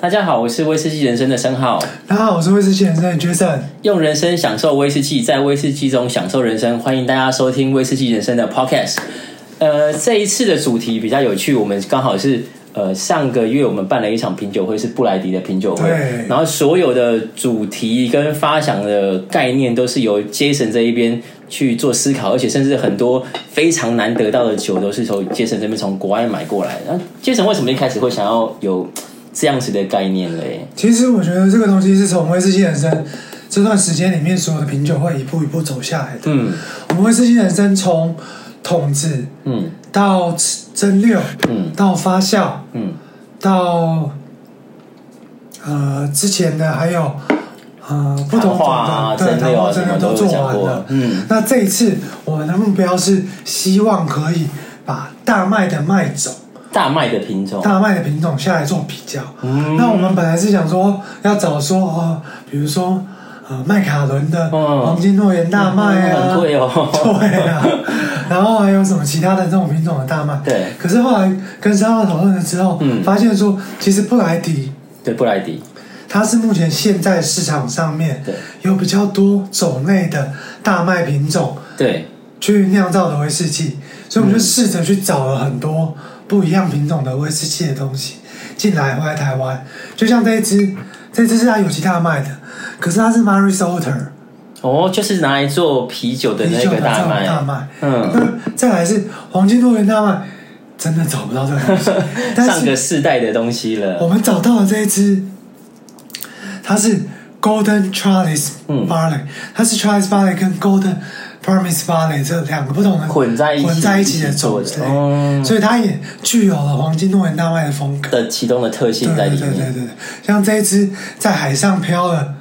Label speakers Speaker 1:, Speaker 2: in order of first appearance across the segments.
Speaker 1: 大家好，我是威士忌人生的生浩，
Speaker 2: 大家好，我是威士忌先生 Jason。
Speaker 1: 用人生享受威士忌，在威士忌中享受人生。欢迎大家收听威士忌人生的 Podcast。呃，这一次的主题比较有趣，我们刚好是呃上个月我们办了一场品酒会，是布莱迪的品酒会
Speaker 2: 对，
Speaker 1: 然后所有的主题跟发想的概念都是由 Jason 这一边去做思考，而且甚至很多非常难得到的酒都是从 Jason 这边从国外买过来的。那 Jason 为什么一开始会想要有这样子的概念嘞？
Speaker 2: 其实我觉得这个东西是从威士忌人生这段时间里面所有的品酒会一步一步走下来的。
Speaker 1: 嗯
Speaker 2: 我们威士忌人生从桶子
Speaker 1: 嗯
Speaker 2: 到蒸馏，
Speaker 1: 嗯
Speaker 2: 到发酵，
Speaker 1: 嗯
Speaker 2: 到呃之前的还有呃不
Speaker 1: 谈
Speaker 2: 同
Speaker 1: 话啊
Speaker 2: 种的对
Speaker 1: 蒸馏啊
Speaker 2: 谈话蒸
Speaker 1: 什么
Speaker 2: 馏
Speaker 1: 都有
Speaker 2: 都做
Speaker 1: 讲
Speaker 2: 完
Speaker 1: 过
Speaker 2: 了。
Speaker 1: 嗯，
Speaker 2: 那这一次我们的目标是希望可以把大麦的麦种。
Speaker 1: 大麦的品种，
Speaker 2: 大麦的品种下来做比较。
Speaker 1: 嗯
Speaker 2: 那我们本来是想说要找说哦，比如说呃麦卡伦的
Speaker 1: 嗯
Speaker 2: 黄金诺言大麦啊，
Speaker 1: 嗯很贵哦
Speaker 2: 对啊，然后还有什么其他的这种品种的大麦，
Speaker 1: 对
Speaker 2: 可是后来跟三号讨论了之后，
Speaker 1: 嗯
Speaker 2: 发现说其实布莱迪
Speaker 1: 对布莱迪，
Speaker 2: 它是目前现在市场上面
Speaker 1: 对
Speaker 2: 有比较多种类的大麦品种
Speaker 1: 对，
Speaker 2: 去酿造的威士忌，所以我
Speaker 1: 嗯
Speaker 2: 们就试着去找了很多不一样品种的威士忌的东西进来，回来台湾。就像这一支，这支是它有机大麦的，可是它是 Maris Otter
Speaker 1: 哦，就是拿来做啤酒的
Speaker 2: 啤
Speaker 1: 那
Speaker 2: 酒
Speaker 1: 个
Speaker 2: 的
Speaker 1: 大
Speaker 2: 造的
Speaker 1: 麦，
Speaker 2: 大麦。
Speaker 1: 嗯，，
Speaker 2: 那 再来是黄金多元大麦，真的找不到这个东西 但
Speaker 1: 上个
Speaker 2: 是
Speaker 1: 世代的东西
Speaker 2: 我
Speaker 1: 了，
Speaker 2: 们找到了这一支，它是 Golden Charles
Speaker 1: 嗯
Speaker 2: Barley，、它是 Charles Barley 跟 Golden Promise Barley 这两个不同的
Speaker 1: 混在一起
Speaker 2: 混在一起的
Speaker 1: 做的
Speaker 2: 种类，
Speaker 1: 哦
Speaker 2: 所以它也具有了黄金诺元大麦的风格。
Speaker 1: 的其中的特性
Speaker 2: 对
Speaker 1: 在
Speaker 2: 对
Speaker 1: 里
Speaker 2: 对对
Speaker 1: 面，
Speaker 2: 对，像这一支在海上漂了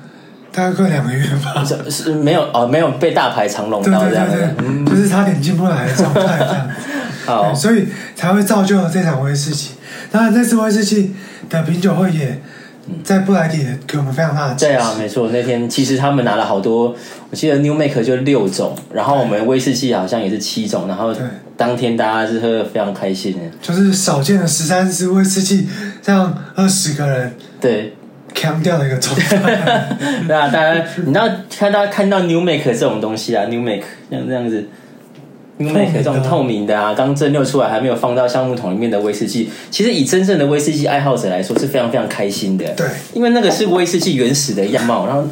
Speaker 2: 大概快两个月吧，
Speaker 1: 是是没有哦，没有被大牌长笼
Speaker 2: 对
Speaker 1: 到
Speaker 2: 对
Speaker 1: 这样
Speaker 2: 对
Speaker 1: 的，嗯
Speaker 2: 对，就是差点进不来的状态这样子。
Speaker 1: 好
Speaker 2: 对，所以才会造就了这场威士忌。当然，这次威士忌的品酒会也在布莱迪给我们非常大的
Speaker 1: 嗯对
Speaker 2: 启
Speaker 1: 啊，没错，那天其实他们拿了好多，我记得 New Make 就六种，然后我们威士忌好像也是七种，然后
Speaker 2: 对
Speaker 1: 当天大家是喝的非常开心的，
Speaker 2: 就是少见的十三支威士忌让二十个人
Speaker 1: 对，
Speaker 2: 扛掉的一个 状态。
Speaker 1: 对啊，大家，你知道看到看到 New Make 这种东西啊，New Make 像这样子，New Make 这种透明的啊，刚蒸馏出来还没有放到橡木桶里面的威士忌，其实以真正的威士忌爱好者来说是非常非常开心的。
Speaker 2: 对，
Speaker 1: 因为那个是威士忌原始的样貌，然后。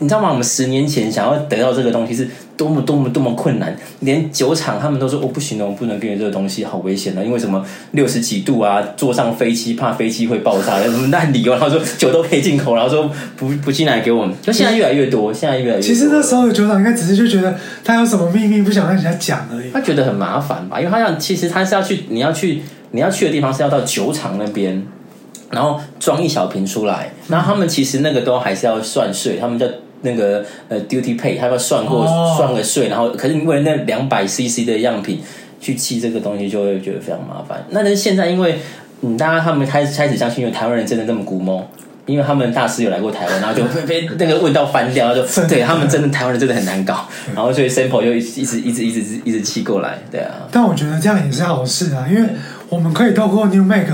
Speaker 1: 你知道吗？我们十年前想要得到这个东西是多么多么多么困难，连酒厂他们都说我、哦、不行了，我不能给你这个东西，好危险的，因为什么六十几度啊，坐上飞机怕飞机会爆炸，什么烂理由，然后说酒都可以进口，然后说不不进来给我们，就现在越来越多，现在越来越多。
Speaker 2: 其实那时候的酒厂应该只是就觉得他有什么秘密不想让人家讲而已。
Speaker 1: 他觉得很麻烦吧，因为他要其实他是要去你要去你要去的地方是要到酒厂那边，然后装一小瓶出来，然后他们其实那个都还是要算税，他们叫那个呃 duty pay，他们要算过、
Speaker 2: 哦
Speaker 1: 算个税，然后可是你为了那两百 cc 的样品去砌这个东西，就会觉得非常麻烦。那但是现在因为嗯，大家他们开始开始相信，因为台湾人真的那么古摸。因为他们大师有来过台湾，然后就被被那个问到翻掉，然后就对他们真的台湾人真的很难搞，然后所以 sample 就一直一直一直一直一直气过来，对啊，
Speaker 2: 但我觉得这样也是好事啊，因为我们可以透过 New Make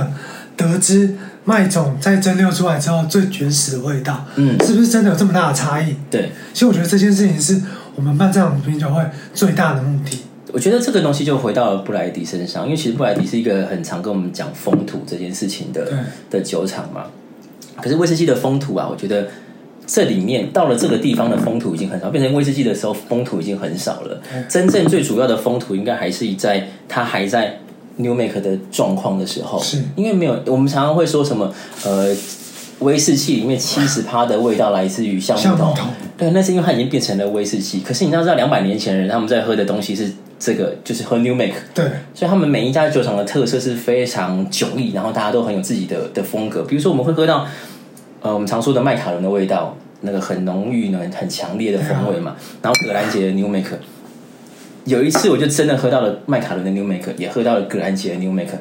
Speaker 2: 得知麦种在蒸馏出来之后最原始的味道，
Speaker 1: 嗯
Speaker 2: 是不是真的有这么大的差异？
Speaker 1: 对，
Speaker 2: 其实我觉得这件事情是我们办这场品酒会最大的目的。
Speaker 1: 我觉得这个东西就回到了布莱迪身上，因为其实布莱迪是一个很常跟我们讲风土这件事情的的
Speaker 2: 对
Speaker 1: 酒厂嘛。可是威士忌的风土啊，我觉得这里面到了这个地方的风土已经很少，变成威士忌的时候风土已经很少了。真正最主要的风土应该还是在它还在 New Make 的状况的时候，
Speaker 2: 是
Speaker 1: 因为没有我们常常会说什么呃。威士忌里面七十趴的味道来自于橡木
Speaker 2: 橡
Speaker 1: 桶
Speaker 2: 木桶，
Speaker 1: 对，那是因为它已经变成了威士忌。可是你要知道，两百年前的人他们在喝的东西是这个，就是喝 New Make，
Speaker 2: 对，
Speaker 1: 所以他们每一家酒厂的特色是非常迥异，然后大家都很有自己的的风格。比如说，我们会喝到呃我们常说的麦卡伦的味道，那个很浓郁呢、很强烈的风味嘛。然后葛兰杰的 New Make，有一次我就真的喝到了麦卡伦的 New Make，也喝到了葛兰杰的 New Make，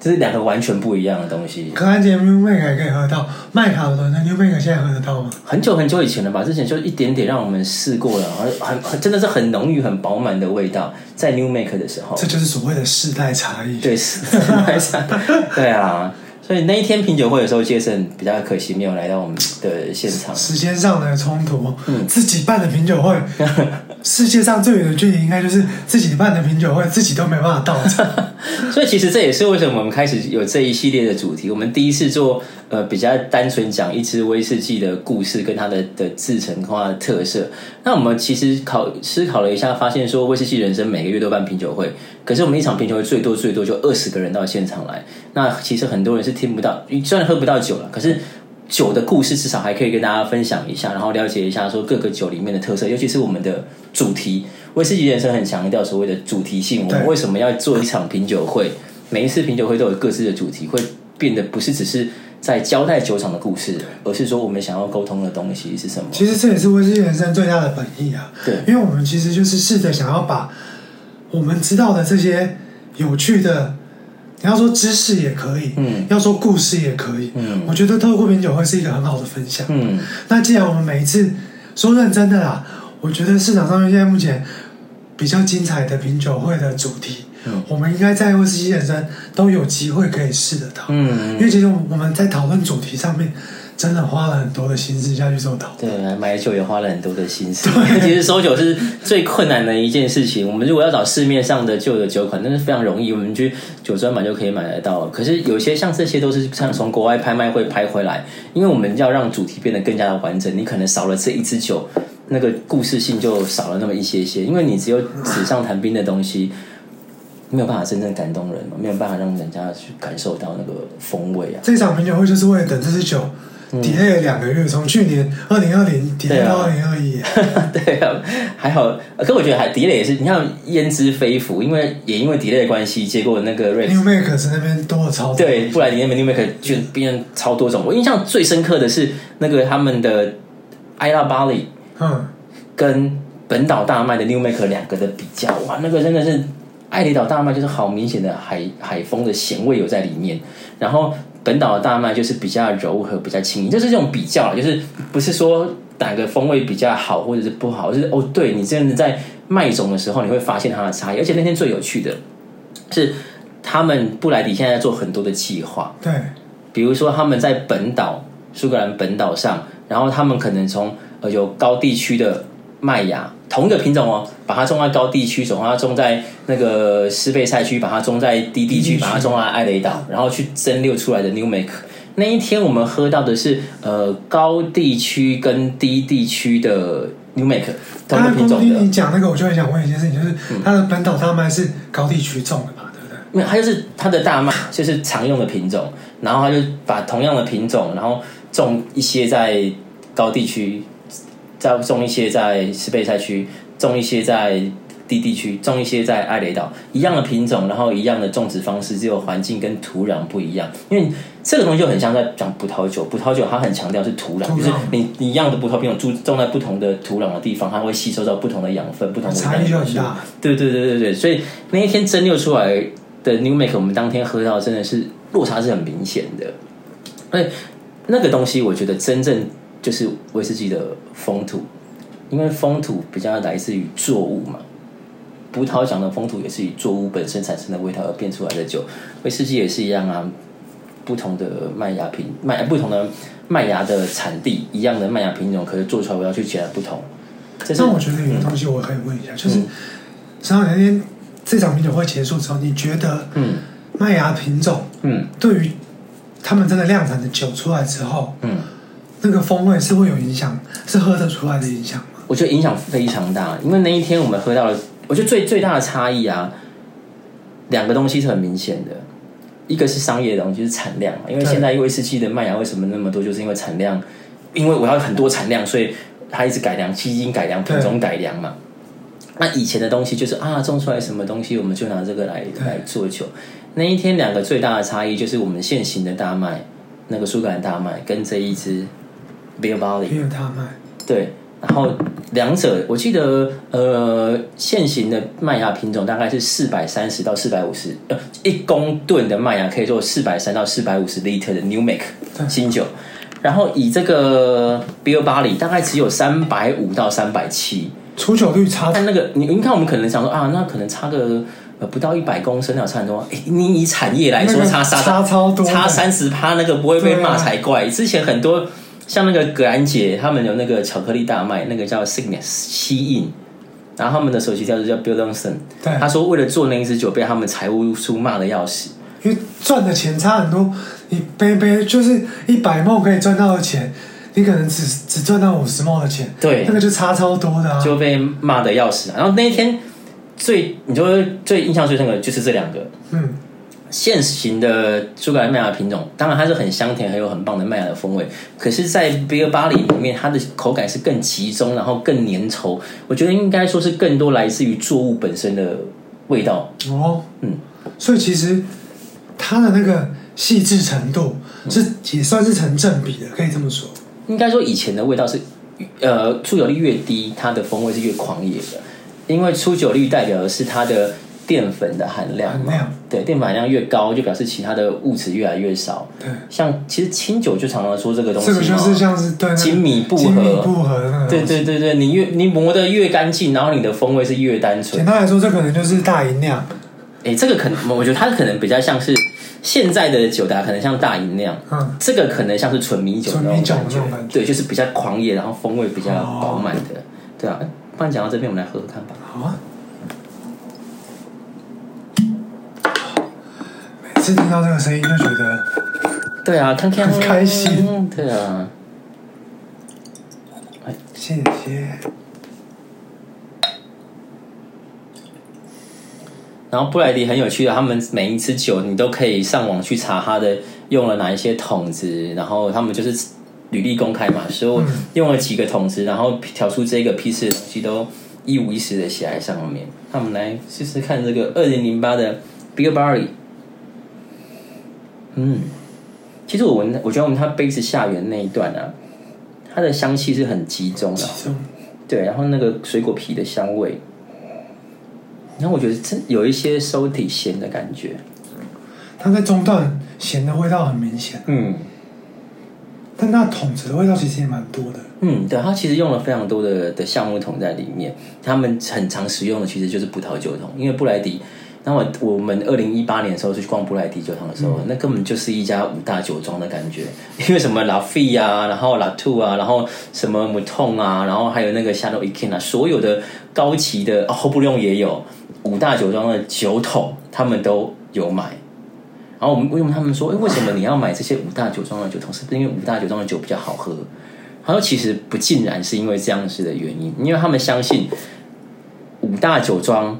Speaker 1: 这是两个完全不一样的东西。
Speaker 2: 可安杰 New Make 也可以喝到，麦卡伦的 New Make 现在喝得到吗？
Speaker 1: 很久很久以前了吧，之前就一点点让我们试过了，很很很真的是很浓郁、很饱满的味道，在哦 New Make 的时候，
Speaker 2: 这就是所谓的世代差异。
Speaker 1: 对，是对啊，所以那一天品酒会的时候，杰森比较可惜没有来到我们的现场。
Speaker 2: 时间上的冲突，自己办的品酒会，世界上最远的距离应该就是自己办的品酒会，自己都没办法到场。
Speaker 1: 所以其实这也是为什么我们开始有这一系列的主题。我们第一次做呃比较单纯讲一支威士忌的故事跟它的的制成化特色。那我们其实考思考了一下，发现说威士忌人生每个月都办品酒会，可是我们一场品酒会最多最多就二十个人到现场来。那其实很多人是听不到，虽然喝不到酒了，可是。酒的故事至少还可以跟大家分享一下，然后了解一下说各个酒里面的特色，尤其是我们的主题。威士忌人生很强调所谓的主题性，我们为什么要做一场品酒会？每一次品酒会都有各自的主题，会变得不是只是在交代酒厂的故事，而是说我们想要沟通的东西是什么。
Speaker 2: 其实这也是威士忌人生最大的本意啊。
Speaker 1: 对
Speaker 2: 因为我们其实就是试着想要把我们知道的这些有趣的，你要说知识也可以，
Speaker 1: 嗯，
Speaker 2: 要说故事也可以，
Speaker 1: 嗯，
Speaker 2: 我觉得透过品酒会是一个很好的分享。
Speaker 1: 嗯，
Speaker 2: 那既然我们每一次说认真的啦，我觉得市场上面现在目前比较精彩的品酒会的主题，
Speaker 1: 嗯
Speaker 2: 我们应该在威士忌人生都有机会可以试得到。
Speaker 1: 嗯
Speaker 2: 因为其实我们在讨论主题上面，真的花了很多的心思下去做讨论。
Speaker 1: 对，买酒也花了很多的心思。 其实收酒是最困难的一件事情。我们如果要找市面上的旧的酒款，那是非常容易，我们去酒专买就可以买得到了。可是有些像这些都是像从国外拍卖会拍回来，因为我们要让主题变得更加的完整，你可能少了这一支酒，那个故事性就少了那么一些些。因为你只有纸上谈兵的东西，没有办法真正感动人嘛，没有办法让人家去感受到那个风味啊。
Speaker 2: 这场品酒会就是为了等这支酒 delay 了两个月，从去年二零二零
Speaker 1: 嗯对
Speaker 2: delay
Speaker 1: 啊
Speaker 2: 到二零二一。
Speaker 1: 对啊，还好，呃可我觉得还迪雷也是，你看焉知非福，因为也因为迪雷的关系，结果那个 Rex
Speaker 2: New Make 是那边多了超多，
Speaker 1: 对布莱迪那边 New Maker 就变成超多种。我印象最深刻的是那个他们的埃拉巴里
Speaker 2: 嗯，
Speaker 1: 跟本岛大麦的 New Maker 两个的比较，哇，那个真的是爱雷岛大麦就是好明显的海海风的咸味有在里面，然后本岛的大麦就是比较柔和、比较轻盈，就是这种比较啊，就是不是说哪个风味比较好或者是不好，就是哦，对你真的在麦种的时候，你会发现它的差异。而且那天最有趣的是，他们布莱迪现在在做很多的计划，
Speaker 2: 对，
Speaker 1: 比如说他们在本岛苏格兰本岛上，然后他们可能从呃有高地区的麦芽，同一个品种哦，把它种在高地区，种把它种在那个斯贝塞区，把它种在低地
Speaker 2: 低地
Speaker 1: 区，
Speaker 2: 区
Speaker 1: 把它种在艾雷岛，然后去蒸馏出来的 New Make。那一天我们喝到的是呃高地区跟低地区的 New Make 同
Speaker 2: 刚
Speaker 1: 一个
Speaker 2: 刚
Speaker 1: 品
Speaker 2: 公
Speaker 1: 种
Speaker 2: 听
Speaker 1: 的嗯
Speaker 2: 你，讲那个，我就很想问一件事情，就是它的本岛大麦是高地区种的嘛，对不对？
Speaker 1: 没有，它就是它的大麦就是常用的品种，然后它就把同样的品种，然后种一些在高地区，再种一些在斯贝塞区，种一些在低地区，种一些在艾雷岛，一样的品种，然后一样的种植方式，只有环境跟土壤不一样。因为这个东西就很像在讲葡萄酒，葡萄酒它很强调是土壤，
Speaker 2: 土壤
Speaker 1: 就是你你一样的葡萄品种种种在不同的土壤的地方，它会吸收到不同的养分，不同的
Speaker 2: 差异就
Speaker 1: 营
Speaker 2: 很
Speaker 1: 养素
Speaker 2: 大。
Speaker 1: 啊对对对对对，所以那一天蒸馏出来的 New Make，我们当天喝到真的是落差是很明显的。所以那个东西，我觉得真正就是威士忌的风土，因为风土比较来自于作物嘛。葡萄讲的风土也是以作物本身产生的味道而变出来的酒，威士忌也是一样啊。不同的麦芽品麦不同的麦芽的产地，一样的麦芽品种，可是做出来味道却截然不同。这是嗯
Speaker 2: 那我觉得有个东西我可以问一下，就是，上海那天这场品酒会结束之后，你觉得
Speaker 1: 嗯
Speaker 2: 麦芽品种
Speaker 1: 嗯
Speaker 2: 对于他们真的量产的酒出来之后，
Speaker 1: 嗯，
Speaker 2: 那个风味是会有影响，是喝得出来的影响吗？
Speaker 1: 我觉得影响非常大，因为那一天我们喝到了，我觉得最最大的差异啊，两个东西是很明显的，一个是商业的东西，就是产量嘛，因为
Speaker 2: 对
Speaker 1: 现在威士忌的麦啊芽为什么那么多，就是因为产量，因为我要很多产量，所以它一直改良，基因改良，品种改良嘛。那以前的东西就是啊，种出来什么东西，我们就拿这个来
Speaker 2: 对
Speaker 1: 来做酒。那一天两个最大的差异就是我们现行的大麦，那个苏格兰大麦跟这一支 Bill Valley
Speaker 2: 因为大麦，
Speaker 1: 对，然后两者我记得呃，现行的麦芽品种大概是四百三十到四百五十，呃，一公吨的麦芽可以做四百三到四百五十 liter 的 New Make 新酒，然后以这个 Bill 巴里大概只有三百五到三百七，
Speaker 2: 出酒率差
Speaker 1: 啊但那个你你看我们可能想说啊，那可能差个呃不到一百公升，那有差很多。哎，你以产业来说，
Speaker 2: 那个
Speaker 1: 差三
Speaker 2: 差超多的啊
Speaker 1: 差三十趴，那个不会被骂才怪。之前很多像那个葛兰姐，他们有那个巧克力大卖，那个叫 Sickness 吸印。然后他们的首席调酒叫 Bill Johnson，
Speaker 2: 对
Speaker 1: 他说为了做那一支酒，被他们财务处骂的要死。
Speaker 2: 因为赚的钱差很多，你杯杯就是一百梦可以赚到的钱，你可能只只赚到五十梦的钱，
Speaker 1: 对
Speaker 2: 那个就差超多的啊。
Speaker 1: 就被骂的要死。然后那一天最，你就会最印象最深刻的就是这两个
Speaker 2: 嗯，
Speaker 1: 现行的苏格兰麦芽品种，当然它是很香甜，很有很棒的麦芽的风味。可是，在 Beer Barley 里面，它的口感是更集中，然后更粘稠。我觉得应该说是更多来自于作物本身的味道。
Speaker 2: 哦，
Speaker 1: 嗯，
Speaker 2: 所以其实它的那个细致程度是也算是成正比的，可以这么说。
Speaker 1: 应该说以前的味道是，呃，出酒率越低，它的风味是越狂野的，因为出酒率代表的是它的淀粉的含量嘛。
Speaker 2: 含量
Speaker 1: 对，淀粉含量越高，就表示其他的物质越来越少。
Speaker 2: 对，
Speaker 1: 像其实清酒就常常说这个东西
Speaker 2: 这
Speaker 1: 嘛，
Speaker 2: 个就是像是对那个
Speaker 1: 精米步合
Speaker 2: 精米步合的那个。
Speaker 1: 对。对对对，你越你磨得越干净，然后你的风味是越单纯
Speaker 2: 简。单来说，这可能就是大吟酿，
Speaker 1: 哎，这个可能我觉得它可能比较像是现在的酒达，可能像大吟酿，
Speaker 2: 嗯，
Speaker 1: 这个可能像是纯米酒那
Speaker 2: 纯
Speaker 1: 种
Speaker 2: 米酒
Speaker 1: 感
Speaker 2: 那种感觉
Speaker 1: 对，就是比较狂野，然后风味比较饱满的，对啊。不然讲到这边，我们来喝喝看吧。
Speaker 2: 好啊。每次听到这个声音就觉得，
Speaker 1: 对啊，看看
Speaker 2: 很开心。
Speaker 1: 对啊，
Speaker 2: 谢谢。
Speaker 1: 然后布莱迪很有趣的，他们每一支酒你都可以上网去查它的用了哪一些桶子，然后他们就是履历公开嘛，所以我用了几个桶子，然后调出这个批次的东西都一五一十的写在上面。那我们来试试看这个二零零八的 Big Barley。嗯，其实我闻，我觉得我们它杯子下缘那一段啊，它的香气是很集中的、
Speaker 2: 其中
Speaker 1: 对，然后那个水果皮的香味，然后我觉得真有一些收体咸的感觉。
Speaker 2: 它在中段咸的味道很明显，
Speaker 1: 嗯
Speaker 2: 但那桶子的味道其实也蛮多的。
Speaker 1: 嗯，对，它其实用了非常多的的橡木桶在里面，他们很常使用的其实就是葡萄酒桶，因为布莱迪。那我我们二零一八年的时候去逛布莱迪酒厂的时候，那根本就是一家五大酒庄的感觉，因为什么拉菲啊，然后拉兔啊，然后什么姆痛啊，然后还有那个夏洛伊 n 啊，所有的高级的哦，后布用也有五大酒庄的酒桶，他们都有买。然后我们问他们说：“哎，为什么你要买这些五大酒庄的酒桶？是不是因为五大酒庄的酒比较好喝？”他说：“其实不尽然是因为这样子的原因，因为他们相信五大酒庄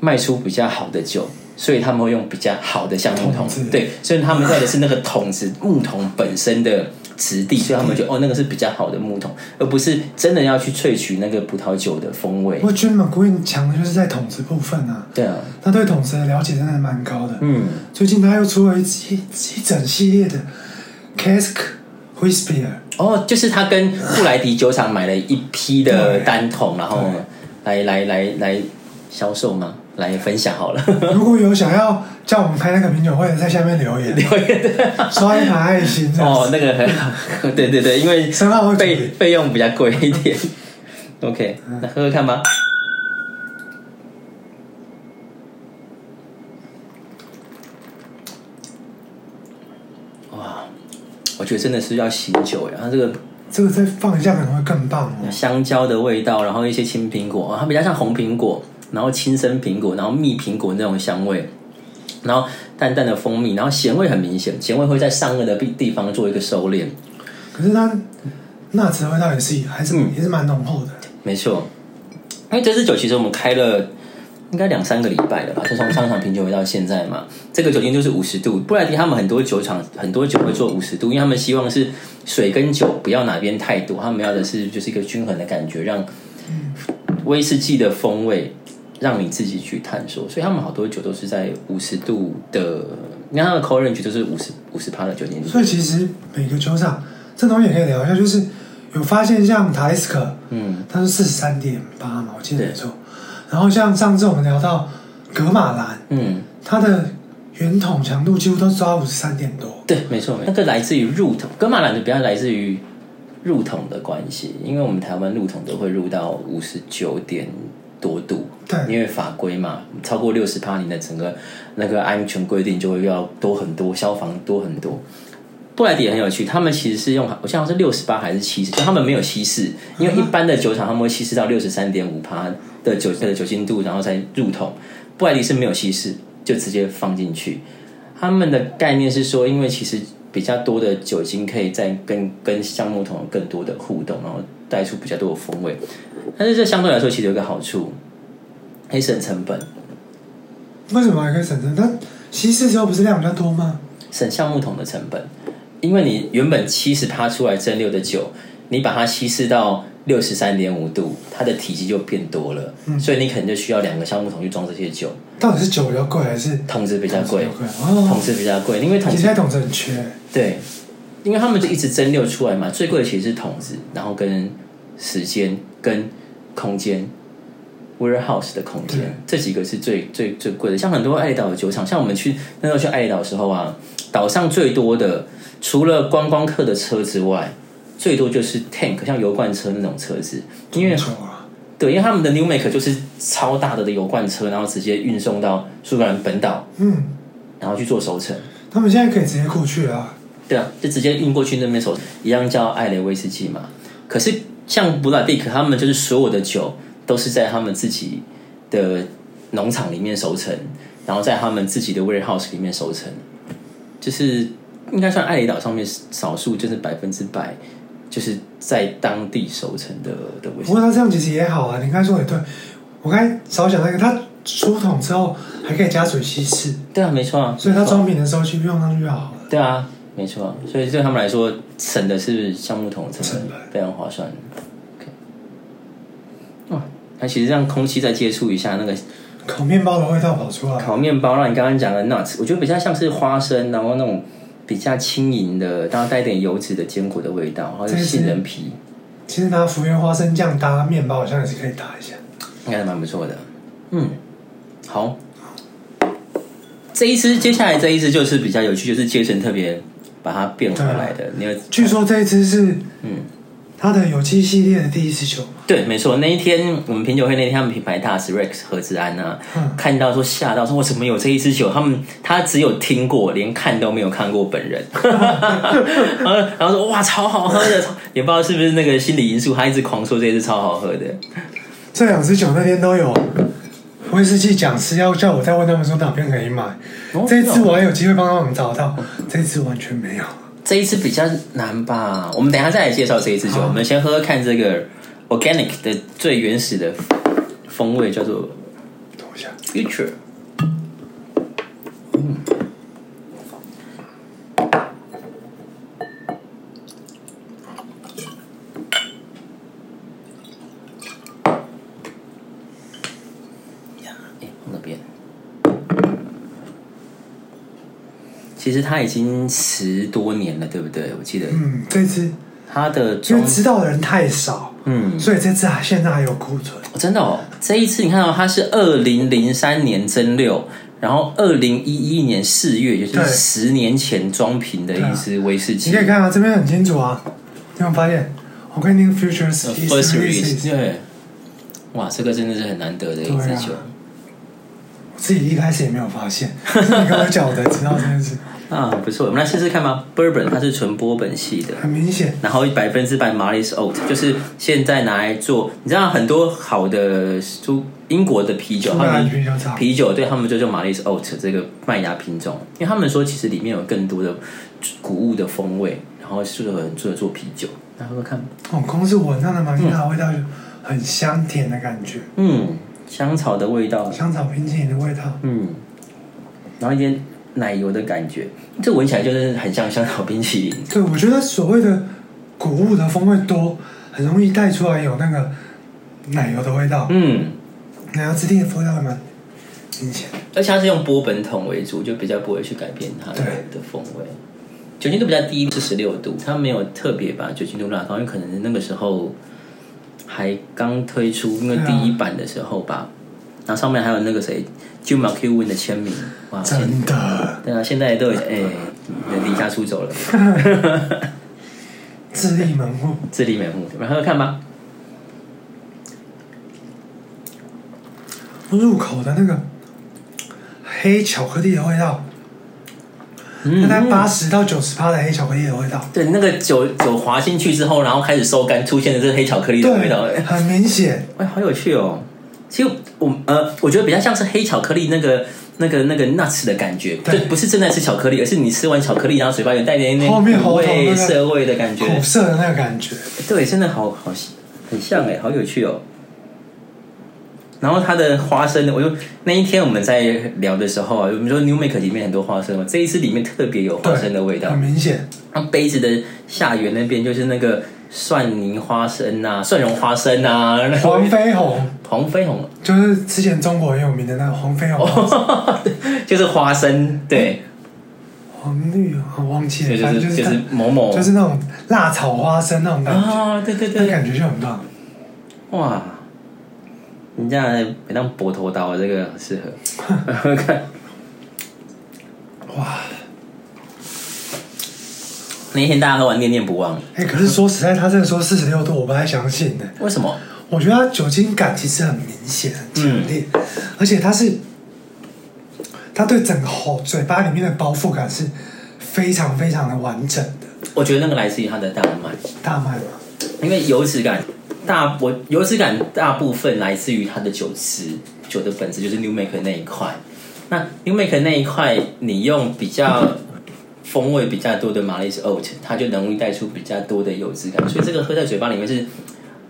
Speaker 1: 卖出比较好的酒，所以他们会用比较好的橡木桶
Speaker 2: 桶子。
Speaker 1: 对，所以他们要的是那个桶子木桶本身的质地，所以他们觉得哦，那个是比较好的木桶，而不是真的要去萃取那个葡萄酒的风味
Speaker 2: 不。过 Jim McQueen 强的就是在桶子部分啊，
Speaker 1: 对啊，
Speaker 2: 他对桶子的了解真的蛮高的。
Speaker 1: 嗯，
Speaker 2: 最近他又出了一一一整系列的 Cask Whisper，
Speaker 1: 哦，就是他跟布莱迪酒厂买了一批的单桶，然后来来来来销售吗？来分享好了，
Speaker 2: 如果有想要叫我们开那个品酒会的，在下面留言，
Speaker 1: 留言的
Speaker 2: 刷一排爱心这样 子。
Speaker 1: 哦，那个很好， 对对对，因为
Speaker 2: 三号会
Speaker 1: 费
Speaker 2: 主义
Speaker 1: 费用比较贵一点。OK，那喝喝看吧。哇，我觉得真的是要醒酒哎，它这个
Speaker 2: 这个再放一下可能会更棒哦。
Speaker 1: 香蕉的味道，然后一些青苹果，哦它比较像红苹果，然后青生苹果，然后蜜苹果那种香味，然后淡淡的蜂蜜，然后咸味很明显，咸味会在上颚的地地方做一个收敛。
Speaker 2: 可是它那子的味道也是还是、
Speaker 1: 嗯
Speaker 2: 也是蛮浓厚的。
Speaker 1: 没错，因为这支酒其实我们开了应该两三个礼拜了吧，就从上场品酒会到现在嘛。这个酒精就是五十度，布莱迪他们很多酒厂很多酒会做五十度，因为他们希望是水跟酒不要哪边太多，他们要的是就是一个均衡的感觉，让威士忌的风味让你自己去探索。所以他们好多酒都是在五十度的，你看它的 core range 就是五十五十趴的酒精度。
Speaker 2: 所以其实每个酒厂这东西也可以聊一下，就是有发现像塔利斯克，
Speaker 1: 嗯，
Speaker 2: 它是四十三点八嘛，我记得没错。然后像上次我们聊到格马兰，
Speaker 1: 嗯。
Speaker 2: 它的圆筒强度几乎都抓五十三点多，
Speaker 1: 对，没错，没错那个来自于入桶，格马兰的比较来自于入桶的关系，因为我们台湾入桶都会入到五十九点多度，
Speaker 2: 对
Speaker 1: 因为法规嘛，超过六十趴，你的整个那个安全规定就会要多很多，消防多很多。布莱迪也很有趣，他们其实是用我想是六十八还是七十，就他们没有稀释，因为一般的酒厂他们会稀释到六十三点五趴的酒的酒精度，然后才入桶。布莱迪是没有稀释，就直接放进去。他们的概念是说，因为其实比较多的酒精可以在跟跟橡木桶有更多的互动，然后带出比较多的风味。但是这相对来说其实有一个好处，可以省成本，
Speaker 2: 为什么还可以省成？但稀释之后不是量比较多吗？
Speaker 1: 省橡木桶的成本，因为你原本七十趴出来蒸馏的酒，你把它稀释到六十三点五度，它的体积就变多了，所以你可能就需要两个橡木桶去装这些酒，
Speaker 2: 到底是酒比较贵还是
Speaker 1: 桶子比较贵，
Speaker 2: 桶子比较贵
Speaker 1: 桶
Speaker 2: 哦，
Speaker 1: 子比较贵，因为桶
Speaker 2: 其
Speaker 1: 子
Speaker 2: 实现在桶子很缺，
Speaker 1: 对，因为他们就一直蒸馏出来嘛，最贵的其实是桶子，然后跟时间跟空间。warehouse 的空间
Speaker 2: 对，
Speaker 1: 这几个是最最最贵的。像很多爱岛的酒厂，像我们去那时候去爱岛的时候啊，岛上最多的除了观光客的车之外，最多就是 tank，像油罐车那种车子，因为
Speaker 2: 酒啊，
Speaker 1: 对，因为他们的 New Make 就是超大的油罐车，然后直接运送到苏格兰本岛，
Speaker 2: 嗯，
Speaker 1: 然后去做熟成。
Speaker 2: 他们现在可以直接过去啊，
Speaker 1: 对啊，就直接运过去那边手，一样叫艾雷威士忌嘛。可是像布拉迪克他们就是所有的酒都是在他们自己的农场里面熟成，然后在他们自己的 warehouse 里面熟成，就是应该算艾雷岛上面少数就是百分之百就是在当地熟成的的威士
Speaker 2: 不
Speaker 1: 忌。
Speaker 2: 过他这样其实也好啊，你刚才说也对，我刚才少想那个，他出桶之后还可以加水稀释，
Speaker 1: 对啊，没错啊，
Speaker 2: 所以他装瓶的时候去用上去就好了。
Speaker 1: 对啊，没错啊，所以对他们来说省的是橡木桶的成
Speaker 2: 成
Speaker 1: 本
Speaker 2: 本，
Speaker 1: 非常划算。OK，哇，那其实让空气再接触一下那个
Speaker 2: 烤面包的味道跑出来，
Speaker 1: 烤面包，让你刚刚讲的 nuts，我觉得比较像是花生，然后那种比较轻盈的，然后带一点油脂的坚果的味道，然后是
Speaker 2: 这是
Speaker 1: 杏仁皮，
Speaker 2: 其实拿福源花生酱搭面包好像也是可以搭一下。
Speaker 1: 应该蛮不错的。嗯，好，这一支接下来这一支就是比较有趣，就是杰森特别把它变回来的，你有
Speaker 2: 据说这一支是
Speaker 1: 嗯。
Speaker 2: 它的有机系列的第一支酒，
Speaker 1: 对，没错，那一天我们品酒会那天，他们品牌大使 Rex 何志安啊，
Speaker 2: 嗯
Speaker 1: 看到说吓到说，我怎么有这一支酒？他们他只有听过，连看都没有看过本人。 然后然后说哇，超好喝的，超也不知道是不是那个心理因素，他一直狂说这支超好喝的。
Speaker 2: 这两支酒那天都有啊威士忌讲师要叫我再问他们说哪边可以买，
Speaker 1: 哦
Speaker 2: 这一
Speaker 1: 真
Speaker 2: 次
Speaker 1: 的哦
Speaker 2: 我还有机会帮他们找到，这一次完全没有。
Speaker 1: 这一支比较难吧？我们等一下再来介绍这一支酒，
Speaker 2: 好
Speaker 1: 我们先喝喝看这个 organic 的最原始的风味，叫做
Speaker 2: 等我一下，
Speaker 1: Future。嗯呀诶放那边其实它已经十多年了，对不对？我记得
Speaker 2: 嗯，这支
Speaker 1: 它的
Speaker 2: 因
Speaker 1: 装
Speaker 2: 为，知道的人太少，
Speaker 1: 嗯，
Speaker 2: 所以这支还现在还有库存。
Speaker 1: 哦真的哦，这一次你看到、它是二零零三年蒸馏，然后二零一一年四月，也就
Speaker 2: 对
Speaker 1: 是十年前装瓶的一支威士
Speaker 2: 你
Speaker 1: 忌。
Speaker 2: 可以看啊，这边很清楚啊，你有没有发现？我跟那个 Future s
Speaker 1: 呃
Speaker 2: e
Speaker 1: First
Speaker 2: Series，
Speaker 1: release，对，哇，这个真的是很难得的一
Speaker 2: 对
Speaker 1: 支
Speaker 2: 啊
Speaker 1: 酒
Speaker 2: 我自己一开始也没有发现，是你跟我讲我才知道这件事，
Speaker 1: 啊，很不错，我们来试试看吧。Bourbon 它是纯波本系的，
Speaker 2: 很明显。
Speaker 1: 然后百分之百 m a r i s oat，就是现在拿来做，你知道很多好的苏英国的啤酒，
Speaker 2: 苏
Speaker 1: 他
Speaker 2: 格兰
Speaker 1: 们
Speaker 2: 啤酒厂
Speaker 1: 啤酒对他们就用 m a r i s oat 这个麦芽品种，因为他们说其实里面有更多的谷物的风味，然后适合很适合做啤酒。那喝喝看，
Speaker 2: 哦，光是闻它的玛丽娜的味道就很香甜的感觉，
Speaker 1: 嗯，香草的味道，
Speaker 2: 香草冰淇淋的味道。
Speaker 1: 嗯，然后一点奶油的感觉，这闻起来就是很像香草冰淇淋。
Speaker 2: 对，我觉得所谓的谷物的风味多，很容易带出来有那个奶油的味道，
Speaker 1: 嗯，
Speaker 2: 奶油质地的味道还蛮明显的。
Speaker 1: 而且它是用波本桶为主，就比较不会去改变它的
Speaker 2: 对
Speaker 1: 的风味。酒精度比较低，是十六度，它没有特别把酒精度拉高，因为可能那个时候还刚推出，因为
Speaker 2: 对啊
Speaker 1: 第一版的时候吧，
Speaker 2: 啊
Speaker 1: 然后上面还有那个谁 j i m m c e w i n 的签名，哇，现
Speaker 2: 真的，
Speaker 1: 对啊，现在都已经哎、离家出走了，
Speaker 2: 智力门户，
Speaker 1: 自立门户，我们喝喝看吧。
Speaker 2: 入口的那个黑巧克力的味道，
Speaker 1: 嗯
Speaker 2: 大概八十到九十趴的黑巧克力的味道，
Speaker 1: 对，那个酒酒滑进去之后，然后开始收干，出现的是黑巧克力的味道，
Speaker 2: 对，
Speaker 1: 哎，
Speaker 2: 很明显。
Speaker 1: 哎，好有趣哦。其实我呃，我觉得比较像是黑巧克力那个那个那个 nuts 的感觉，就
Speaker 2: 对
Speaker 1: 不是正在吃巧克力，而是你吃完巧克力，然后嘴巴有带点点
Speaker 2: 后面
Speaker 1: 苦
Speaker 2: 喉头那
Speaker 1: 味、
Speaker 2: 个
Speaker 1: 涩味的感觉。
Speaker 2: 苦涩的那个感觉，
Speaker 1: 对，真的好好很像哎，好有趣哦。然后它的花生，我就那一天我们在聊的时候啊，我们说 New Make 里面很多花生嘛，这一支里面特别有花生的味道
Speaker 2: 很。明显，
Speaker 1: 然后杯子的下缘那边就是那个蒜泥花生啊，蒜蓉花生啊，那个
Speaker 2: 黄飞鸿
Speaker 1: 黄飞鸿
Speaker 2: 就是之前中国很有名的那个黄飞鸿，
Speaker 1: 哦， 就是花生，对，
Speaker 2: 黄绿我忘记
Speaker 1: 就
Speaker 2: 了，嗯反
Speaker 1: 是
Speaker 2: 正
Speaker 1: 就
Speaker 2: 就是是
Speaker 1: 某某
Speaker 2: 就是那种辣炒花生那种感觉，
Speaker 1: 啊，对对
Speaker 2: 那
Speaker 1: 对，
Speaker 2: 感觉就很棒。
Speaker 1: 哇，人家别当博头刀，这个很适合。看
Speaker 2: 哇，
Speaker 1: 那一天大家喝完念念不忘，
Speaker 2: 哎、可是说实在，他这个说四十六度，我不太相信呢、
Speaker 1: 为什么？
Speaker 2: 我觉得它酒精感其实很明显、很强烈，而且它是，它对整个喉嘴巴里面的饱腹感是非常非常的完整的。
Speaker 1: 我觉得那个来自于它的大麦，
Speaker 2: 大麦嘛，
Speaker 1: 因为油脂感大，我油脂感大部分来自于它的酒质，酒的本质就是 New Make 那一块。那 New Make 那一块，你用比较风味比较多的马丽斯 Oat，它就容易带出比较多的油脂感，所以这个喝在嘴巴里面是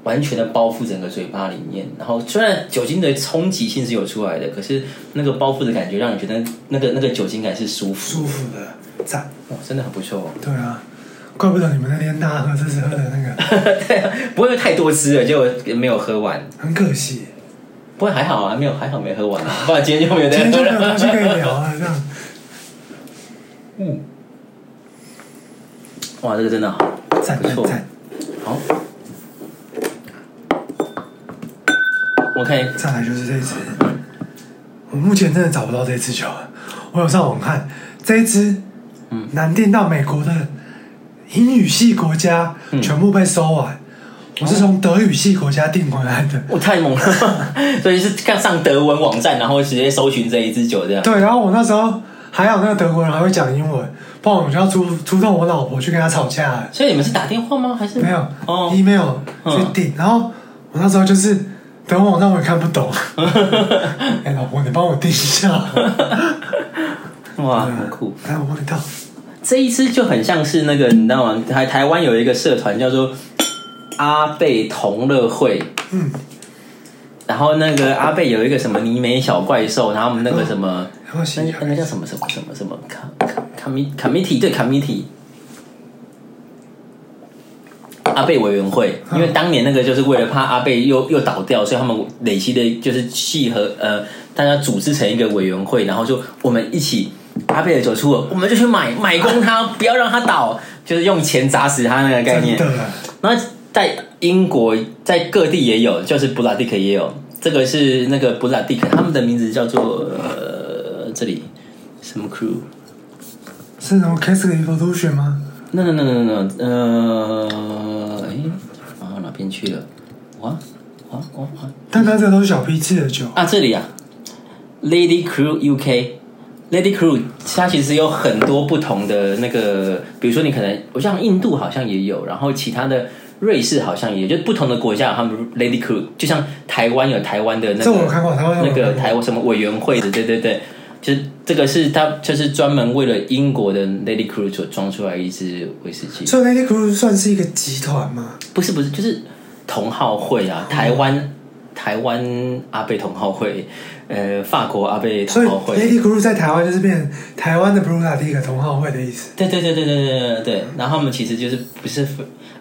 Speaker 1: 完全的包覆整个嘴巴里面。然后虽然酒精的冲击性是有出来的，可是那个包覆的感觉让你觉得那个那个酒精感是舒服，
Speaker 2: 舒服的，赞。
Speaker 1: 哇，真的很不错、哦。
Speaker 2: 对啊，怪不得你们那天大家喝这是喝的那个，
Speaker 1: 对啊， 不会太多汁了，结果没有喝完。
Speaker 2: 很可惜，
Speaker 1: 不过还好啊，没有还好没喝完啊，不然今天就没有
Speaker 2: 今
Speaker 1: 再
Speaker 2: 天就
Speaker 1: 喝
Speaker 2: 没有东西可以
Speaker 1: 了。
Speaker 2: 聊啊了，这样。
Speaker 1: 嗯，哇，这个真的好，
Speaker 2: 赞
Speaker 1: 不
Speaker 2: 赞
Speaker 1: 错
Speaker 2: 赞，
Speaker 1: 好。我看
Speaker 2: 再来就是这一支，我目前真的找不到这支酒了，我有上网看，这一支，
Speaker 1: 嗯
Speaker 2: 南定到美国的英语系国家全部被收完，我是从德语系国家订回来的。
Speaker 1: 我太猛了， 所以是看上德文网站，然后直接搜寻这一支酒这样。
Speaker 2: 对，然后我那时候还有那个德国人还会讲英文，不然我就要出出动我老婆去跟他吵架了。
Speaker 1: 所以你们是打电话吗？还是
Speaker 2: 没有、
Speaker 1: 哦
Speaker 2: e，m a i l
Speaker 1: 嗯
Speaker 2: 去订。然后我那时候就是德文网站我也看不 懂，哎、老婆你帮我订一下，
Speaker 1: 哇，很酷。
Speaker 2: 哎我问到，
Speaker 1: 这一支就很像是那个，你知道吗？台台湾有一个社团叫做阿贝同乐会，
Speaker 2: 嗯，
Speaker 1: 然后那个阿贝有一个什么泥煤小怪兽，然后我们那个什么，
Speaker 2: 然后写
Speaker 1: 那
Speaker 2: 一
Speaker 1: 那
Speaker 2: 下
Speaker 1: 个叫什么什么什么什么卡卡卡米卡米体对卡米体。阿贝委员会，因为当年那个就是为了怕阿贝又又倒掉，所以他们累积的就是契合呃，大家组织成一个委员会，然后就我们一起阿贝的酒出了，我们就去买买光它，不要让它倒，就是用钱砸死它那个概念
Speaker 2: 真。的，啊
Speaker 1: 那在英国，在各地也有，就是布拉迪克也有。这个是那个布拉迪克，他们的名字叫做呃，这里什么 crew？
Speaker 2: 是什么 Case Evolution 吗？
Speaker 1: no no no no no，呃，哎，跑到哪边去了？哇哇哇哇！
Speaker 2: 但它这都是小批次的酒，
Speaker 1: 啊，这里啊，Lady Crew UK。Lady Crew，它其实有很多不同的那个，比如说你可能，我像印度好像也有，然后其他的瑞士好像也有，就不同的国家有他们 Lady Crew，就像台湾有台湾的那
Speaker 2: 这我有哎
Speaker 1: 个
Speaker 2: 看过，台湾有
Speaker 1: 那个
Speaker 2: 看过
Speaker 1: 台湾什么委员会的，对对对，就是这个是它就是专门为了英国的 Lady Crew 所装出来一支威士忌，
Speaker 2: 所以 Lady Crew 算是一个集团嘛，
Speaker 1: 不是不是，就是同好会啊，台湾台湾阿贝同好会，呃，法国阿贝
Speaker 2: 所
Speaker 1: 同
Speaker 2: 以
Speaker 1: 好会，
Speaker 2: Lady Crew 在台湾就是变成台湾的 Blue 第一个同好会的意思。
Speaker 1: 对对对对对对对对对。然后他们其实就是不是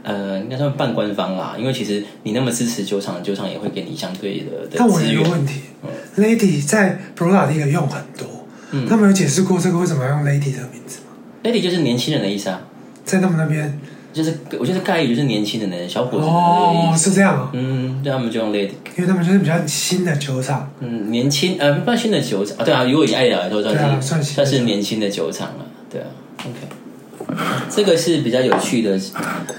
Speaker 1: 呃，应该算半官方啦，因为其实你那么支持酒厂，酒厂也会给你相对的
Speaker 2: 但
Speaker 1: 的
Speaker 2: 我有
Speaker 1: 资
Speaker 2: 一
Speaker 1: 源
Speaker 2: 个。问题，Lady 在 Blue 第一个用很多，
Speaker 1: 嗯
Speaker 2: 他们有解释过这个为什么要用 Lady 这个名字吗？
Speaker 1: Lady 就是年轻人的意思啊，在
Speaker 2: 在他们那边
Speaker 1: 就是我觉得概率就是年轻人的小伙子的
Speaker 2: 哦
Speaker 1: 意，思。
Speaker 2: 是这样哦，
Speaker 1: 嗯，对他们就用 Lady，
Speaker 2: 因为他们就是比较新的酒厂，
Speaker 1: 嗯，年轻呃，不算新的酒厂啊，对啊，如果以爱尔兰来说，算是、
Speaker 2: 对啊算新的
Speaker 1: 算是年轻的酒厂了，对啊，OK。这个是比较有趣的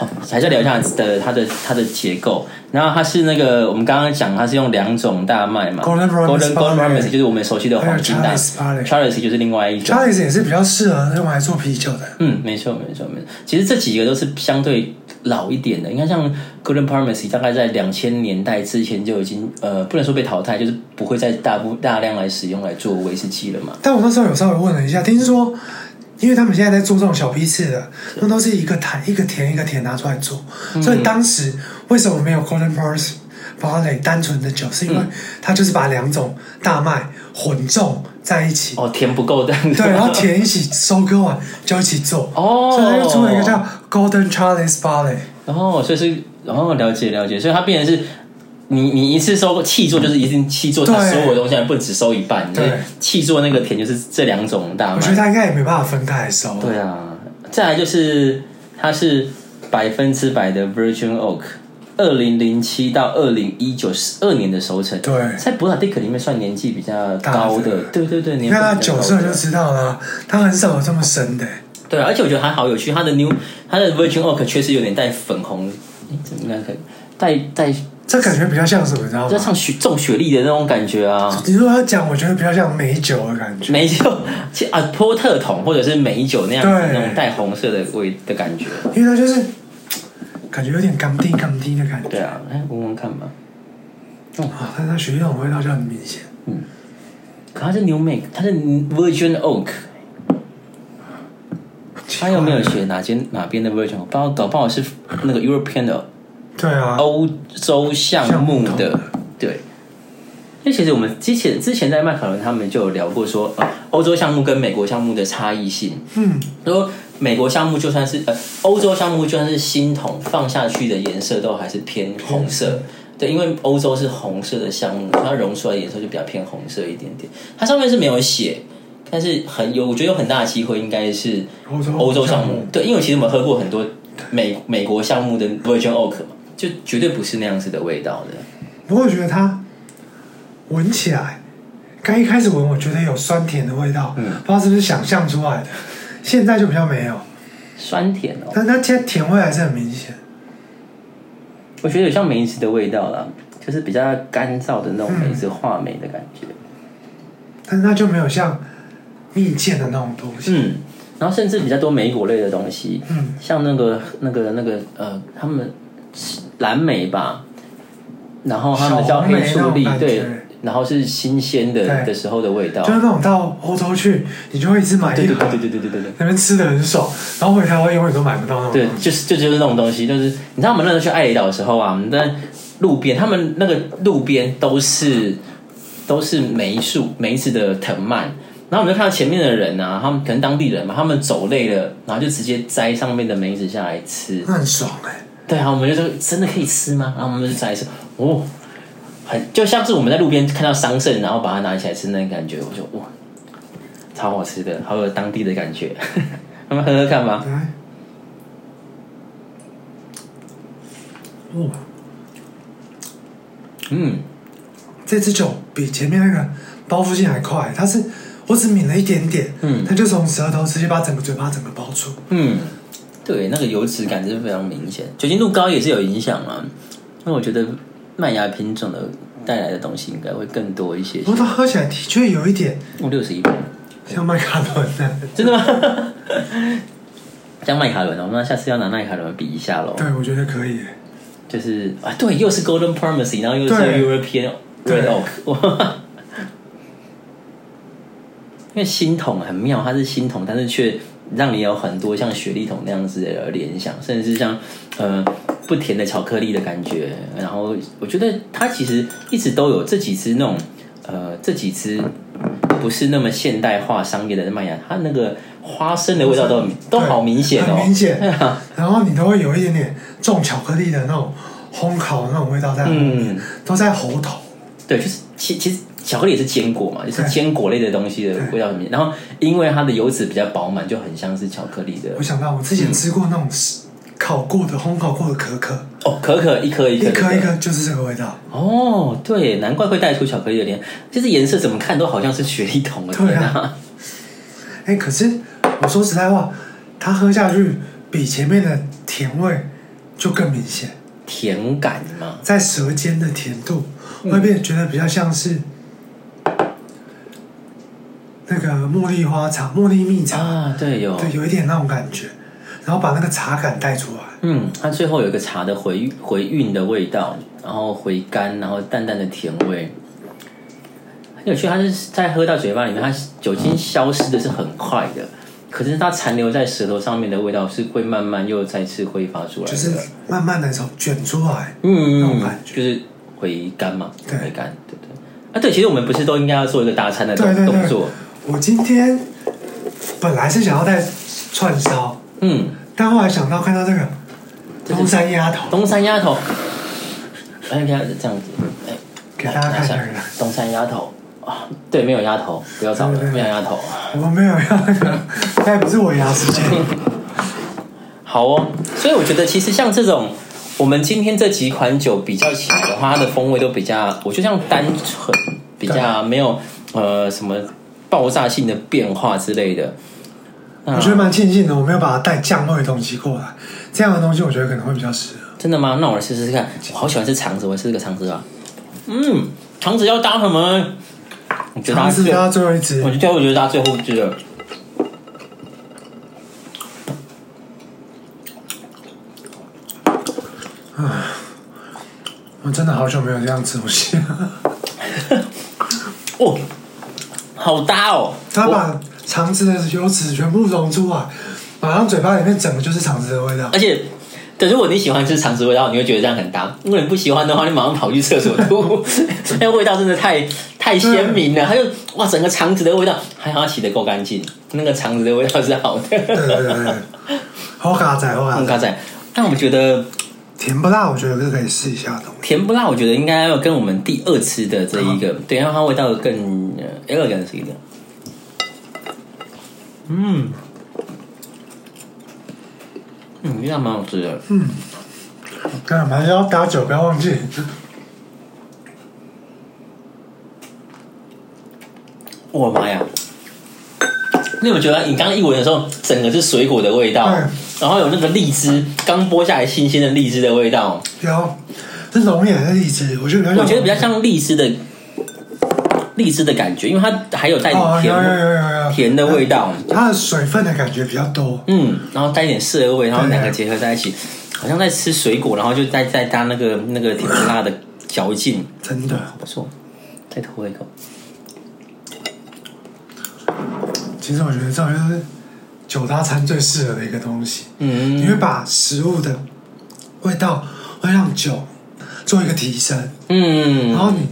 Speaker 1: 哦，还是要聊一下的它的它的结构。然后它是那个我们刚刚讲，它是用两种大麦嘛
Speaker 2: Golden Brown
Speaker 1: Golden 哎 Golden
Speaker 2: Barley
Speaker 1: Brown 就是我们熟悉的黄金蛋
Speaker 2: Charles Barley
Speaker 1: ，Charles 就是另外一种。
Speaker 2: Charles 也是比较适合用来做啤酒的。
Speaker 1: 嗯，没错，没错，没错。其实这几个都是相对老一点的，应该像 Golden Promise 大概在两千年代之前就已经呃，不能说被淘汰，就是不会再大部大量来使用来做威士忌了嘛。
Speaker 2: 但我那时候有稍微问了一下，听说，因为他们现在在做这种小批次的，那都是一个糖一个甜一个甜拿出来做，
Speaker 1: 嗯
Speaker 2: 所以当时为什么没有 Golden Bars Barley 单纯的酒，是因为
Speaker 1: 嗯
Speaker 2: 它就是把两种大麦混种在一起，
Speaker 1: 哦，甜不够，但
Speaker 2: 对，然后甜一起收割完就一起做，
Speaker 1: 哦
Speaker 2: 所以它又出了一个叫 Golden Charles Barley。
Speaker 1: 然后哦所以是，然后了解了解，所以它变成是你你一次收气做就是一定气做，它
Speaker 2: 对
Speaker 1: 所有东西不能只收一半，所
Speaker 2: 对
Speaker 1: 以气做那个甜就是这两种大
Speaker 2: 我觉得
Speaker 1: 麦。
Speaker 2: 它应该也没办法分开来收，
Speaker 1: 对啊，再来就是它是百分之百的 Virgin Oak，二零零七到二零一九十二年的熟成。
Speaker 2: 对
Speaker 1: 在布拉迪克里面算年纪比较高
Speaker 2: 大
Speaker 1: 的
Speaker 2: 的，
Speaker 1: 对对对，
Speaker 2: 你
Speaker 1: 年
Speaker 2: 看它
Speaker 1: 份比较
Speaker 2: 酒
Speaker 1: 高
Speaker 2: 色
Speaker 1: 的
Speaker 2: 就知道啦，它很少有这么深的、
Speaker 1: 对啊，而且我觉得还好有趣，它的 New 它的 Virgin Oak 确实有点带粉红，哎诶这应该可以带带
Speaker 2: 这感觉比较像什么，你知道
Speaker 1: 就
Speaker 2: 吗？
Speaker 1: 像雪种雪粒的那种感觉啊，
Speaker 2: 你如果要讲，我觉得比较像美酒的感觉。
Speaker 1: 美酒其啊波特桶或者是美酒那样子
Speaker 2: 对
Speaker 1: 那种带红色的味的感觉，
Speaker 2: 因为它就是感觉有点干滴干滴的感觉
Speaker 1: 对啊，哎闻闻看吧，
Speaker 2: 啊，但它雪莉桶味道就很明显。
Speaker 1: 可它是 New Make，它是 Virgin Oak，它又没有写哪间哪边的 Virgin，Oak，不知道搞不好是那个 European 的
Speaker 2: 对啊，
Speaker 1: 欧洲项目的，对。因为其实我们之前之前在麦卡伦他们就有聊过说，呃，欧洲项目跟美国项目的差异性。
Speaker 2: 嗯，
Speaker 1: 说美国项目就算是呃欧洲项目就算是新桶放下去的颜色都还是偏红色，对，因为欧洲是红色的项目，它溶出来的颜色就比较偏红色一点点。它上面是没有写，但是很有，我觉得有很大的机会应该是
Speaker 2: 欧洲
Speaker 1: 欧洲项
Speaker 2: 项
Speaker 1: 目
Speaker 2: 目，
Speaker 1: 对，因为其实我们喝过很多美美国项目的 Virgin Oak 嘛，就绝对不是那样子的味道的，
Speaker 2: 不过我觉得它闻起来，刚一开始闻我觉得有酸甜的味
Speaker 1: 嗯
Speaker 2: 道，不知道是不是想象出来的。现在就比较没有，
Speaker 1: 酸甜哦，
Speaker 2: 但它现在甜味还是很明显。
Speaker 1: 我觉得有像梅子的味道啦，就是比较干燥的那种梅子话梅的感觉。
Speaker 2: 但是它就没有像蜜饯的那种东西。
Speaker 1: 嗯，然后甚至比较多莓果类的东西，
Speaker 2: 嗯，
Speaker 1: 像那个那个那个呃，他们蓝莓吧，然后他们叫黑
Speaker 2: 小
Speaker 1: 醋
Speaker 2: 黄莓
Speaker 1: 栗
Speaker 2: 那种感，觉
Speaker 1: 对，然后是新鲜的
Speaker 2: 对
Speaker 1: 的时候的味道
Speaker 2: 就，是那种到欧洲去，你就会一直买
Speaker 1: 对
Speaker 2: 一
Speaker 1: 对
Speaker 2: 盒，
Speaker 1: 对对对对对对。
Speaker 2: 那边吃的很爽，然后回台湾永远都买不到那种。
Speaker 1: 对，就是就就是那种东西，就是你知道我们那时候去爱雷岛的时候啊，我们在路边，他们那个路边都是都是梅树梅子的藤蔓，然后我们就看到前面的人啊，他们可能当地人嘛，他们走累了，然后就直接摘上面的梅子下来吃。
Speaker 2: 那很爽哎、
Speaker 1: 对啊，我们就说真的可以吃吗？然后我们就摘一次，哦，很就像是我们在路边看到桑葚，然后把它拿起来吃那种感觉，我就哇，超好吃的，好有当地的感觉。 我们喝喝看吧。
Speaker 2: 来，哦，
Speaker 1: 嗯，
Speaker 2: 这支酒比前面那个包覆性还快，它是我只抿了一点点，
Speaker 1: 嗯
Speaker 2: 它就从舌头直接把整个嘴巴整个包住。
Speaker 1: 嗯，对，那个油脂感是非常明显，酒精度高也是有影响啊。那我觉得麦芽品种的带来的东西应该会更多一些
Speaker 2: 不。过它喝起来的确有一点
Speaker 1: 哦，六十一杯，
Speaker 2: 像麦卡伦的，
Speaker 1: 真的吗？ 像麦卡伦哦，那下次要拿麦卡伦比一下喽。
Speaker 2: 对我觉得可以、欸。
Speaker 1: 就是啊，对，又是 Golden Promise，然后又是
Speaker 2: 对
Speaker 1: European Red
Speaker 2: 对
Speaker 1: Oak，哇！因为新桶很妙，它是新桶，但是却让你有很多像雪莉桶那样子的联想，甚至是像呃不甜的巧克力的感觉。然后我觉得它其实一直都有这几支那种呃这几支不是那么现代化商业的麦芽，它那个花生的味道都很都好明显哦，
Speaker 2: 很明显
Speaker 1: 对啊。
Speaker 2: 然后你都会有一点点重巧克力的那种烘烤的那种味道在后面，
Speaker 1: 嗯
Speaker 2: 都在喉头。
Speaker 1: 对，就是其其实巧克力也是坚果嘛，就是坚果类的东西的味道很明显。然后因为它的油脂比较饱满，就很像是巧克力的
Speaker 2: 我。想到我之前吃过那种烤过的、烘烤过的可可，
Speaker 1: 哦，可可一颗一颗的
Speaker 2: 一颗一颗就是这个味道。
Speaker 1: 哦，对，难怪会带出巧克力的脸，就是颜色怎么看都好像是雪莉桶的
Speaker 2: 对啊
Speaker 1: 天啊！
Speaker 2: 哎、可是我说实在话，它喝下去比前面的甜味就更明显，
Speaker 1: 甜感 嘛，
Speaker 2: 在舌尖的甜度会变觉得比较像是那个茉莉花茶、茉莉蜜茶，
Speaker 1: 啊，对，有，
Speaker 2: 对，有一点那种感觉，然后把那个茶感带出来。
Speaker 1: 嗯，它最后有一个茶的回回韵的味道，然后回甘，然后淡淡的甜味。很有趣，它是在喝到嘴巴里面，它酒精消失的是很快的，可是它残留在舌头上面的味道是会慢慢又再次挥发出来的。
Speaker 2: 就是慢慢的从卷出来，那
Speaker 1: 嗯嗯
Speaker 2: 种感，觉
Speaker 1: 就是回甘嘛，
Speaker 2: 对
Speaker 1: 回甘，对对。啊，对，其实我们不是都应该要做一个搭餐的
Speaker 2: 对
Speaker 1: 动
Speaker 2: 对对
Speaker 1: 动作？
Speaker 2: 我今天本来是想要带串烧，
Speaker 1: 嗯，
Speaker 2: 但后来想到看到这个
Speaker 1: 这是
Speaker 2: 东山鸭头，
Speaker 1: 东山鸭头，哎，给它这样子，哎，
Speaker 2: 给大家看一下
Speaker 1: 拿拿东山鸭头啊，对，没有鸭头，不要找了，
Speaker 2: 对对对
Speaker 1: 没有鸭头。
Speaker 2: 我们没有要那个，那也不是我牙齿尖，
Speaker 1: 好哦，所以我觉得其实像这种，我们今天这几款酒比较起来的话，它的风味都比较，我就像单纯，比较没有呃什么爆炸性的变化之类的。那
Speaker 2: 我觉得蛮庆幸的，我没有把它带酱味的东西过来，这样的东西我觉得可能会比较适合。
Speaker 1: 真的吗？那我来试试看。我好喜欢吃肠子，我试试个肠子吧。嗯，肠子要搭什么？我觉得搭
Speaker 2: 尝试
Speaker 1: 最，
Speaker 2: 到最后一支
Speaker 1: 我，觉得我觉得搭最后一支了。
Speaker 2: 我真的好久没有这样吃东西了。
Speaker 1: 哦，好搭哦。
Speaker 2: 他把肠子的油脂全部溶出来，马上嘴巴里面整个就是肠子的味道。
Speaker 1: 而且，对，如果你喜欢吃肠子味道，你会觉得这样很搭；如果你不喜欢的话，你马上跑去厕所 吐，那味道真的太太鲜明了。它就哇，整个肠子的味道，还好它洗的够干净，那个肠子的味道是好
Speaker 2: 对对对
Speaker 1: 的。
Speaker 2: 对，好卡仔好卡
Speaker 1: 很嗯
Speaker 2: 仔，
Speaker 1: 刚才，但我觉得
Speaker 2: 甜不辣我觉得是可以试一下的。
Speaker 1: 甜不辣，我觉得应该要跟我们第二次的这一个，对，让它味道更呃 elegant 一点。嗯，嗯，味道蛮好吃的。嗯
Speaker 2: 干嘛要打酒？不要忘记。
Speaker 1: 我的妈呀！你有没有觉得你刚刚一闻的时候，整个是水果的味道
Speaker 2: 嗯，
Speaker 1: 然后有那个荔枝刚剥下来新鲜的荔枝的味道，
Speaker 2: 有，是龙眼的荔枝，我觉得比较像。
Speaker 1: 我觉得比较像荔枝的荔枝的感觉，因为它还有带
Speaker 2: 哦，
Speaker 1: 点
Speaker 2: 有有
Speaker 1: 甜
Speaker 2: 有有有
Speaker 1: 甜的味，道，
Speaker 2: 它的水分的感觉比较多。
Speaker 1: 嗯，然后带一点涩味，然后
Speaker 2: 对
Speaker 1: 两个结合在一起，好像在吃水果，然后就再再搭那个那个甜不辣的嚼劲，
Speaker 2: 真的，
Speaker 1: 不错。再吐一口，
Speaker 2: 其实我觉得这种就是酒搭餐最适合的一个东西，你
Speaker 1: 嗯
Speaker 2: 会把食物的味道会让酒做一个提升，
Speaker 1: 嗯，
Speaker 2: 然后你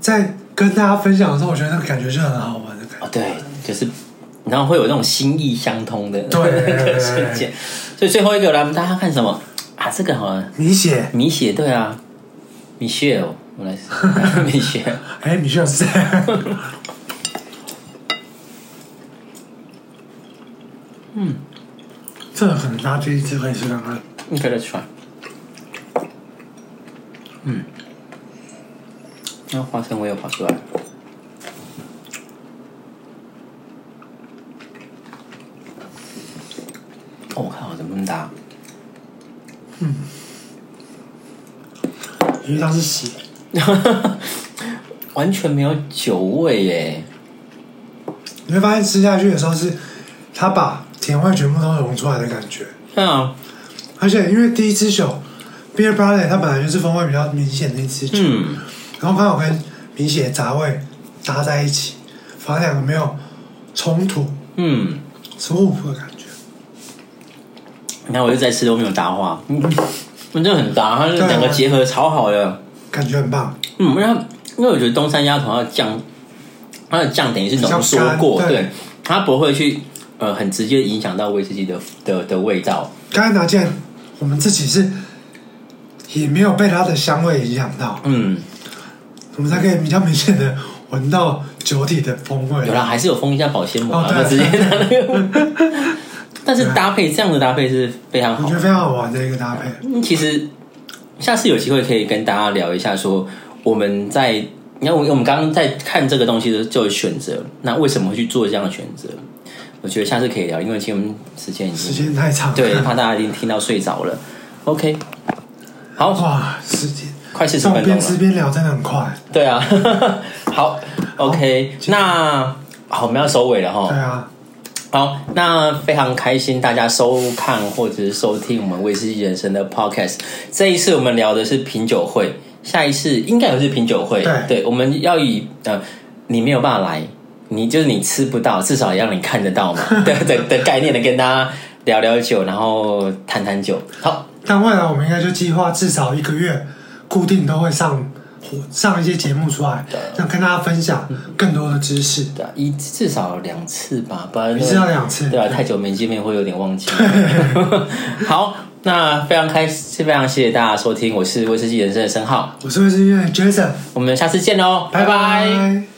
Speaker 2: 在跟大家分享的时候，我觉得那个感觉是很好玩的感觉。
Speaker 1: 啊，对，就是然后会有那种心意相通的
Speaker 2: 对对对
Speaker 1: 那个
Speaker 2: 对对
Speaker 1: 瞬间。所以最后一个来，我们大家看什么啊？这个好了，
Speaker 2: 米血，
Speaker 1: 米血对啊，米血哦，我来试 米血，
Speaker 2: 哎，米血是谁？
Speaker 1: 嗯，
Speaker 2: 这个可能大家第一次可以试看看。
Speaker 1: 你可以再 try。嗯，那花生我也跑出来了。哦，我看好怎么那么搭。
Speaker 2: 因为它是血，
Speaker 1: 完全没有酒味耶。
Speaker 2: 你会发现吃下去的时候是它把甜味全部都融出来的感觉。
Speaker 1: 对啊，
Speaker 2: 而且因为第一支酒 Beer Barley 它本来就是风味比较明显的一支酒，
Speaker 1: 嗯，
Speaker 2: 然后刚好跟米血杂味搭在一起，反而两个没有冲突，
Speaker 1: 嗯，
Speaker 2: 是互补的感觉。
Speaker 1: 你看我就在吃都没有搭话， 嗯，真的很搭，
Speaker 2: 啊
Speaker 1: 它两个结合超好的，
Speaker 2: 感觉很棒，
Speaker 1: 嗯，因为它因为我觉得东山鸭头它的酱，它的酱等于是浓缩
Speaker 2: 比
Speaker 1: 过，
Speaker 2: 较干对
Speaker 1: 对，它不会去呃很直接影响到威士忌的的的味道，
Speaker 2: 刚才拿见我们自己是也没有被它的香味影响到，
Speaker 1: 嗯，
Speaker 2: 我们才可以比较明显的闻到酒体的风味
Speaker 1: 有。啦，还是有封一下保鲜膜，
Speaker 2: 哦
Speaker 1: 然
Speaker 2: 对
Speaker 1: 后直接拿那个， 但是搭配这样的搭配是非常
Speaker 2: 我
Speaker 1: 好
Speaker 2: 觉得非常好玩的一个搭配。
Speaker 1: 嗯，其实下次有机会可以跟大家聊一下说，我们在你看我我们刚刚在看这个东西的就有选择，那为什么会去做这样的选择？我觉得下次可以聊，因为今天时间已
Speaker 2: 时
Speaker 1: 经
Speaker 2: 间太长了，
Speaker 1: 对，怕大家一定听到睡着了。OK，好，
Speaker 2: 哇，时间
Speaker 1: 快
Speaker 2: 这
Speaker 1: 四十
Speaker 2: 种
Speaker 1: 分钟啊
Speaker 2: 边
Speaker 1: 了。
Speaker 2: 吃边聊真的很快，
Speaker 1: 对啊， 好，OK，那好，我们要收尾了哈。
Speaker 2: 对啊，
Speaker 1: 好，那非常开心大家收看或者是收听我们威士忌人生的 Podcast。这一次我们聊的是品酒会，下一次应该也是品酒会。
Speaker 2: 对
Speaker 1: 我们要以呃，你没有办法来，你就是你吃不到，至少也让你看得到嘛 的的的概念的跟大家聊聊酒，然后谈谈酒。好，
Speaker 2: 但未来我们应该就计划至少一个月固定都会上火上一些节目出来，让跟大家分享
Speaker 1: 嗯
Speaker 2: 更多的知识，
Speaker 1: 对啊一至少两次吧，不然
Speaker 2: 一次要两次，
Speaker 1: 对啊，太久没见面会有点忘记。 好，那非常开心，非常谢谢大家收听，我是威士忌人生的申浩。
Speaker 2: 我是魏志远 Jason，
Speaker 1: 我们下次见喽，拜拜。
Speaker 2: 拜